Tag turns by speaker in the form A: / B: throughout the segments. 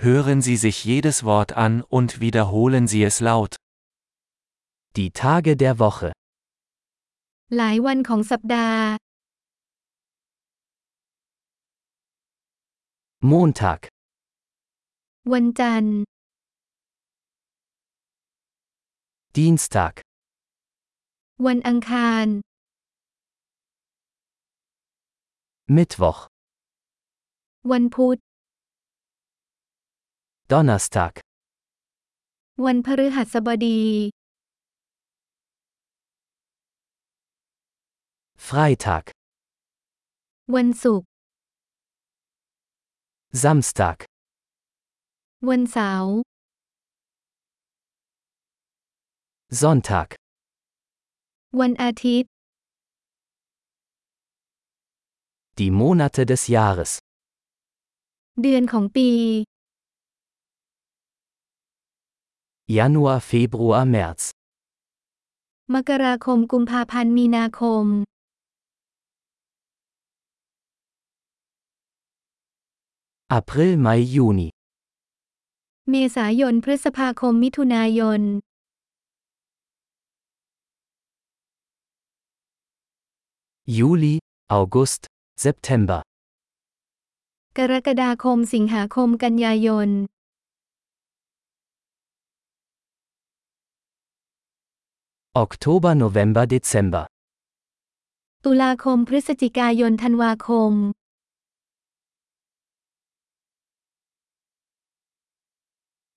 A: hören Sie sich jedes Wort an und wiederholen Sie es laut.
B: Die Tage der Woche.
C: หลายวันของสัปดาห์
B: Montag,
C: วันจันทร์
B: Dienstag,
C: วันอังคาร
B: Mittwoch,
C: วันพุธ
B: Donnerstag,
C: วันพฤหัสบดี
B: Freitag,
C: วันศุกร์
B: Samstag,
C: วันเสาร์
B: Sonntag,
C: วันอาทิตย์
B: die Monate des Jahres.
C: เดือนของปี
B: Januar, Februar, März,
C: มกราคมกุมภาพันธ์มีนาคม
B: April, Mai, Juni,
C: เมษายนพฤษภาคมมิถุนายน
B: Juli, August, September,
C: กรกฎาคมสิงหาคมกันยายน
B: Oktober, November, Dezember,
C: ตุลาคมพฤศจิกายนธันวาคม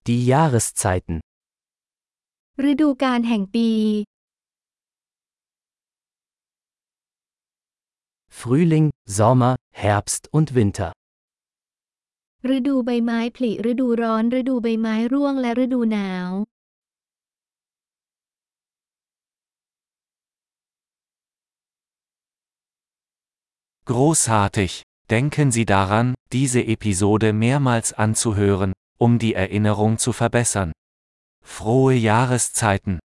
B: die Jahreszeiten,
C: ฤดูกาลแห่งปี
B: Frühling, Sommer, Herbst und Winter.
C: ฤดูใบไม้ผลิฤดูร้อน ฤดูใบไม้ร่วงและฤดูหนาว
A: Großartig! Denken Sie daran, diese Episode mehrmals anzuhören, um die Erinnerung zu verbessern. Frohe Jahreszeiten!